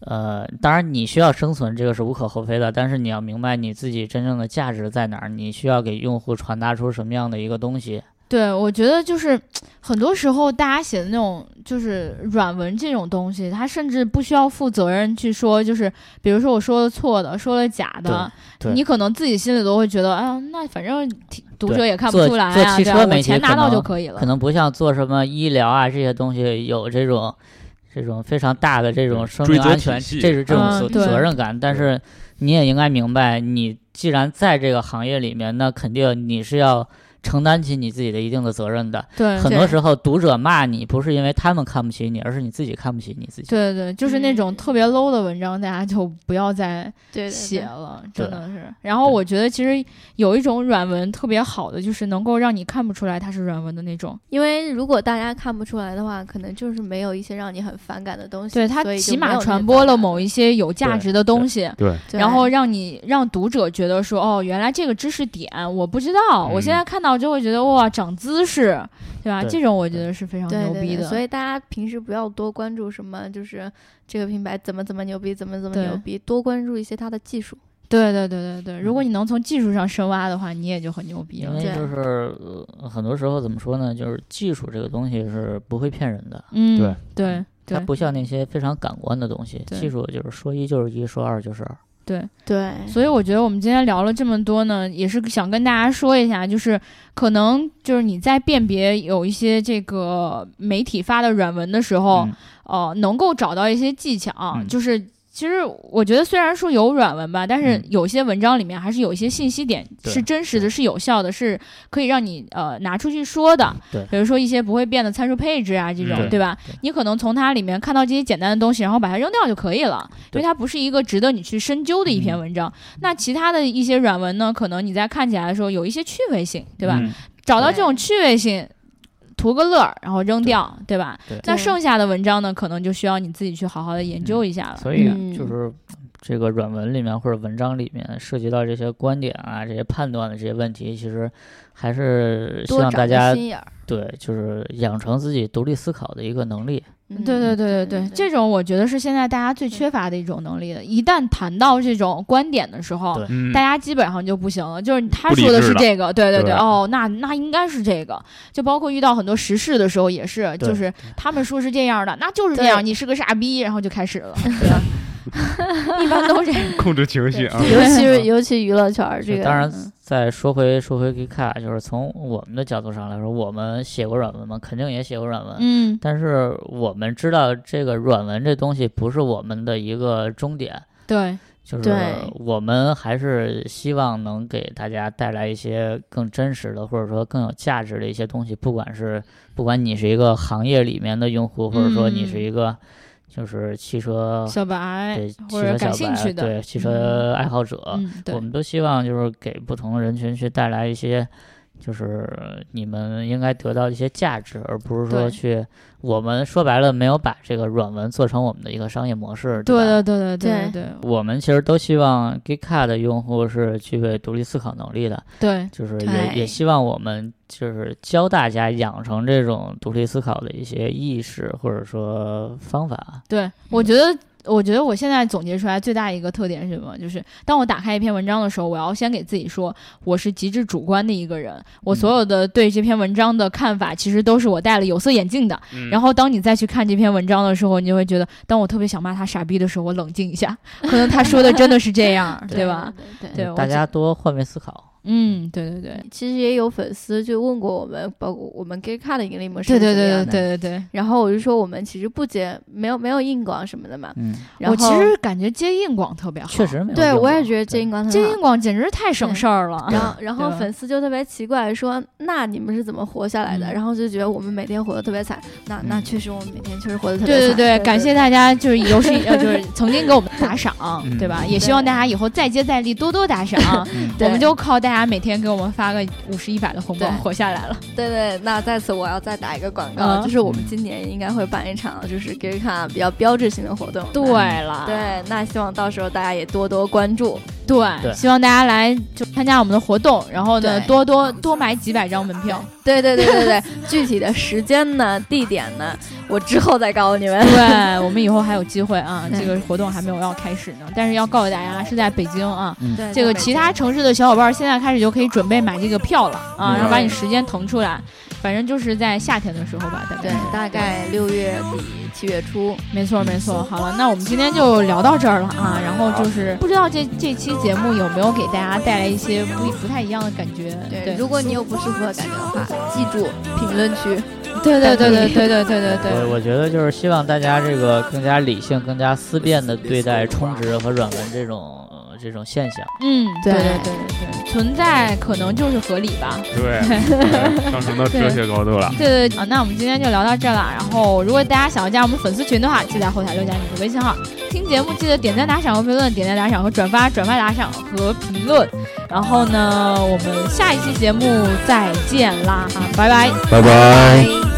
[SPEAKER 3] 呃，当然你需要生存，这个是无可厚非的，但是你要明白你自己真正的价值在哪儿，你需要给用户传达出什么样的一个东西。
[SPEAKER 1] 对，我觉得就是很多时候大家写的那种就是软文这种东西，他甚至不需要负责任去说，就是比如说我说了错的，说了假的，
[SPEAKER 3] 对对
[SPEAKER 1] 你可能自己心里都会觉得，啊，那反正听读者
[SPEAKER 3] 对
[SPEAKER 1] 也看不
[SPEAKER 3] 做
[SPEAKER 1] 出来
[SPEAKER 3] 做
[SPEAKER 1] 啊，
[SPEAKER 3] 汽
[SPEAKER 1] 对
[SPEAKER 3] 车
[SPEAKER 1] 吧？
[SPEAKER 3] 媒
[SPEAKER 1] 我
[SPEAKER 3] 体
[SPEAKER 1] 钱拿
[SPEAKER 3] 可
[SPEAKER 1] 到就
[SPEAKER 3] 能
[SPEAKER 1] 可以了
[SPEAKER 3] 可。能不像做什么医疗啊这些东西有这种。这种非常大的这种
[SPEAKER 4] 对
[SPEAKER 3] 生
[SPEAKER 4] 追
[SPEAKER 3] 命
[SPEAKER 4] 责
[SPEAKER 3] 安
[SPEAKER 4] 体
[SPEAKER 3] 全，
[SPEAKER 4] 系
[SPEAKER 3] 这是这种
[SPEAKER 1] 嗯
[SPEAKER 3] 责
[SPEAKER 1] 对
[SPEAKER 3] 责任感，但是你也应该明白，你既然在这个行业里面，那肯定你是要承担起你自己的一定的责任的。
[SPEAKER 1] 对，
[SPEAKER 2] 嗯
[SPEAKER 3] 很
[SPEAKER 1] 对
[SPEAKER 3] 多时候，读者骂你不是因为他们看不起你，而是你自己看不起你自己。
[SPEAKER 1] 对对，就是那种
[SPEAKER 2] 嗯
[SPEAKER 1] 特别 low 的文章，大家就不要再
[SPEAKER 2] 对
[SPEAKER 1] 写
[SPEAKER 2] 写
[SPEAKER 1] 了，
[SPEAKER 3] 对
[SPEAKER 1] 真的是。然后
[SPEAKER 3] 对
[SPEAKER 1] 我觉得其实有一种软文特别好的，就是能够让你看不出来它是软文的那种。
[SPEAKER 2] 因为如果大家看不出来的话，可能就是没有一些让你很反感的东西，
[SPEAKER 1] 对，它
[SPEAKER 2] 所以就
[SPEAKER 1] 起
[SPEAKER 2] 没
[SPEAKER 1] 码
[SPEAKER 2] 有那
[SPEAKER 1] 传
[SPEAKER 2] 个
[SPEAKER 1] 播
[SPEAKER 2] 反
[SPEAKER 1] 了
[SPEAKER 2] 感
[SPEAKER 1] 某一些有价
[SPEAKER 3] 对
[SPEAKER 1] 值的东西。
[SPEAKER 4] 对，
[SPEAKER 2] 对
[SPEAKER 1] 然后让你让读者觉得说，哦，原来这个知识点我不知道，我现
[SPEAKER 4] 嗯
[SPEAKER 1] 在看到就会觉得哇，长知识，对吧？
[SPEAKER 3] 对
[SPEAKER 1] 这种我觉得是非常
[SPEAKER 2] 对
[SPEAKER 1] 牛
[SPEAKER 2] 对
[SPEAKER 1] 逼
[SPEAKER 2] 对
[SPEAKER 1] 的。
[SPEAKER 2] 所以大家平时不要多关注什么，就是这个品牌怎么怎么牛逼，怎么怎么
[SPEAKER 1] 对
[SPEAKER 2] 牛逼，多关注一些它的技术。
[SPEAKER 1] 对对对对对，如果你能从技术上深挖的话，你也就很牛逼
[SPEAKER 3] 因
[SPEAKER 1] 了
[SPEAKER 3] 为。
[SPEAKER 2] 对
[SPEAKER 3] 就是、呃很多时候怎么说呢，就是技术这个东西是不会骗人的，
[SPEAKER 1] 嗯，
[SPEAKER 4] 对
[SPEAKER 1] 对
[SPEAKER 3] 它
[SPEAKER 1] 对
[SPEAKER 3] 不像那些非常感官的东西，
[SPEAKER 1] 对
[SPEAKER 3] 技术就是说一就是一，说二就是二。
[SPEAKER 1] 对，
[SPEAKER 2] 对，
[SPEAKER 1] 所以我觉得我们今天聊了这么多呢，也是想跟大家说一下，就是可能就是你在辨别有一些这个媒体发的软文的时候，
[SPEAKER 3] 嗯
[SPEAKER 1] 呃，能够找到一些技巧，啊
[SPEAKER 3] 嗯
[SPEAKER 1] 就是其实我觉得虽然说有软文吧，但是
[SPEAKER 3] 嗯
[SPEAKER 1] 有些文章里面还是有一些信息点
[SPEAKER 3] 对
[SPEAKER 1] 是真实的，是有效的，是可以让你呃拿出去说的。
[SPEAKER 3] 嗯对
[SPEAKER 1] 比如说一些不会变的参数配置啊这种，
[SPEAKER 4] 嗯对
[SPEAKER 1] 对吧
[SPEAKER 3] 对
[SPEAKER 1] 你可能从它里面看到这些简单的东西，然后把它扔掉就可以了，因为
[SPEAKER 3] 对
[SPEAKER 1] 它不是一个值得你去深究的一篇
[SPEAKER 3] 嗯
[SPEAKER 1] 文章。那其他的一些软文呢，可能你在看起来的时候有一些趣味性，对吧？
[SPEAKER 3] 嗯
[SPEAKER 1] 找到
[SPEAKER 2] 对
[SPEAKER 1] 这种趣味性，图个乐儿，然后扔掉，对吧？
[SPEAKER 3] 对
[SPEAKER 1] 那
[SPEAKER 2] 对
[SPEAKER 1] 剩下的文章呢，可能就需要你自己去好好的研究一下了。
[SPEAKER 3] 所以啊
[SPEAKER 2] 嗯
[SPEAKER 3] 就是这个软文里面或者文章里面涉及到这些观点啊、这些判断的这些问题，其实还是希
[SPEAKER 2] 多
[SPEAKER 3] 望
[SPEAKER 2] 长
[SPEAKER 3] 大
[SPEAKER 2] 个
[SPEAKER 3] 家
[SPEAKER 2] 心眼儿。
[SPEAKER 3] 对就是养成自己独立思考的一个能力。
[SPEAKER 2] 嗯
[SPEAKER 1] 对对对对
[SPEAKER 2] 对
[SPEAKER 1] 对，这种我觉得是现在大家最缺乏的一种能力了。一旦谈到这种观点的时候
[SPEAKER 3] 对，
[SPEAKER 4] 嗯
[SPEAKER 1] 大，家基本上就不行了。就是他
[SPEAKER 4] 不理
[SPEAKER 1] 说的
[SPEAKER 4] 智
[SPEAKER 1] 是
[SPEAKER 4] 了
[SPEAKER 1] 这个，对对
[SPEAKER 4] 对
[SPEAKER 1] 哦，那那应该是这个。就包括遇到很多时事的时候也是，
[SPEAKER 3] 对
[SPEAKER 1] 就是他们说是这样的，那就是这样，
[SPEAKER 2] 对
[SPEAKER 1] 你是个傻逼，然后就开始了。 一般都这样。
[SPEAKER 4] 控制情绪啊。
[SPEAKER 2] 尤其是尤其娱乐圈儿这
[SPEAKER 3] 就
[SPEAKER 2] 个，
[SPEAKER 3] 当然
[SPEAKER 2] 嗯，
[SPEAKER 3] 再说回说回 g i k a 就是从我们的角度上来说，我们写过软文嘛，肯定也写过软文，
[SPEAKER 1] 嗯，
[SPEAKER 3] 但是我们知道这个软文这东西不是我们的一个终点，
[SPEAKER 1] 对，
[SPEAKER 3] 就是
[SPEAKER 2] 对
[SPEAKER 3] 我们还是希望能给大家带来一些更真实的，或者说更有价值的一些东西。不管是不管你是一个行业里面的用户，或者说你是一个就是汽车、
[SPEAKER 1] 嗯小白
[SPEAKER 3] 呃对汽
[SPEAKER 1] 或
[SPEAKER 3] 车
[SPEAKER 1] 者
[SPEAKER 3] 小
[SPEAKER 1] 感兴
[SPEAKER 3] 白
[SPEAKER 1] 趣的，
[SPEAKER 3] 对汽车爱好者，
[SPEAKER 1] 嗯，对
[SPEAKER 3] 我，们都希望就是给不同的人群去带来一些，就是你们应该得到一些价值，而不是
[SPEAKER 1] 对
[SPEAKER 3] 说去我们说白了没有把这个软文做成我们的一个商业模式。
[SPEAKER 1] 对
[SPEAKER 3] 吧
[SPEAKER 1] 对对对对对
[SPEAKER 3] 我们其实都希望 g i k a 的用户是具备独立思考能力的，
[SPEAKER 1] 对，
[SPEAKER 3] 就是
[SPEAKER 2] 对
[SPEAKER 3] 也也希望我们就是教大家养成这种独立思考的一些意识或者说方法。
[SPEAKER 1] 对，我
[SPEAKER 3] 嗯
[SPEAKER 1] 觉得，我觉得我现在总结出来最大一个特点是什么？就是当我打开一篇文章的时候，我要先给自己说，我是极致主观的一个人，我所
[SPEAKER 3] 嗯
[SPEAKER 1] 有的对这篇文章的看法，其实都是我戴了有色眼镜的。
[SPEAKER 4] 嗯
[SPEAKER 1] 然后当你再去看这篇文章的时候，你就会觉得，当我特别想骂他傻逼的时候，我冷静一下，可能他说的真的是这 样，对吧？？
[SPEAKER 2] 对对
[SPEAKER 1] 对我
[SPEAKER 3] 大
[SPEAKER 1] 觉
[SPEAKER 3] 家多换位思考。
[SPEAKER 1] 嗯，对对对，
[SPEAKER 2] 其实也有粉丝就问过我们，包括我们 g i k a 的盈利模式
[SPEAKER 1] 对
[SPEAKER 2] 是怎
[SPEAKER 1] 对
[SPEAKER 2] 么样
[SPEAKER 1] 对对对
[SPEAKER 2] 的。
[SPEAKER 1] 对对。
[SPEAKER 2] 然后我就说我们其实不接，没有没有硬广什么的嘛。
[SPEAKER 3] 嗯，
[SPEAKER 2] 然
[SPEAKER 1] 我
[SPEAKER 2] 后
[SPEAKER 1] 其实感觉接硬广特别好，
[SPEAKER 3] 确，实没有用过。
[SPEAKER 2] 对我也觉得接硬广很
[SPEAKER 1] 接
[SPEAKER 2] 好
[SPEAKER 1] 硬。广简直是太省
[SPEAKER 2] 嗯对
[SPEAKER 1] 事儿了。
[SPEAKER 2] 然后，然后
[SPEAKER 1] 对吧啊
[SPEAKER 2] 粉丝就特别奇怪，说：“那你们是怎么活下来的？”
[SPEAKER 1] 嗯
[SPEAKER 2] 然后就觉得我们每天活得特别惨。那那
[SPEAKER 3] 嗯
[SPEAKER 2] 确实，我们每天确实活得特别
[SPEAKER 1] 对
[SPEAKER 2] 惨。
[SPEAKER 1] 对对，感谢大家就是有史 以呃就是曾经给我们打赏，
[SPEAKER 3] 嗯
[SPEAKER 1] 对吧？也希望大家以后再接再厉，多多打赏。
[SPEAKER 3] 嗯
[SPEAKER 1] 我
[SPEAKER 2] 对
[SPEAKER 1] 们就靠大家每天给我们发个五十一百的红包
[SPEAKER 2] 对
[SPEAKER 1] 活下来了。
[SPEAKER 2] 对对，那在此我要再打一个广告，
[SPEAKER 1] 嗯
[SPEAKER 2] 就是我们今年应该会办一场就是 g i k a 比较标志性的活动。
[SPEAKER 1] 对了，
[SPEAKER 2] 对，那希望到时候大家也多多关注。
[SPEAKER 1] 对
[SPEAKER 3] 对
[SPEAKER 1] 希望大家来就参加我们的活动，然后呢
[SPEAKER 2] 对
[SPEAKER 1] 多多多买几百张门 票。
[SPEAKER 2] 对对对对对，具体的时间呢、地点呢，我之后再告诉你们。
[SPEAKER 1] 对我们以后还有机会啊，
[SPEAKER 2] 对
[SPEAKER 1] 这个活动还没有要开始呢，但是要告诉大家是在北京啊。
[SPEAKER 3] 嗯
[SPEAKER 2] 对
[SPEAKER 1] 这个其他城市的小伙伴现在开始就可以准备买这个票了啊，
[SPEAKER 3] 嗯
[SPEAKER 1] 然后把你时间腾出来，反正就是在夏天的时候吧，大概
[SPEAKER 2] 对，大概六月底七月初，
[SPEAKER 1] 没错，没错。好了，那我们今天就聊到这儿了啊。然后就是不知道这这期节目有没有给大家带来一些不不太一样的感觉。对，
[SPEAKER 2] 如果你有不舒服的感觉的话，记住评论区。
[SPEAKER 1] 对对对对对对对对
[SPEAKER 3] 我
[SPEAKER 1] 对
[SPEAKER 3] 我觉得就是希望大家这个更加理性、更加思辨的对待充值和软文这种、呃这种现象。
[SPEAKER 1] 嗯，对
[SPEAKER 2] 对
[SPEAKER 1] 对对对对，存在可能就是合理吧。
[SPEAKER 4] 嗯对，对上升到哲学高度了。
[SPEAKER 1] 对对对啊，那我们今天就聊到这儿了。然后，如果大家想要加我们粉丝群的话，记得在后台留下你的微信号。听节目记得点赞打赏和评论，点赞打赏和转发，转发打赏和评论。然后呢，我们下一期节目再见啦，啊，拜拜。
[SPEAKER 4] 拜拜。
[SPEAKER 2] 拜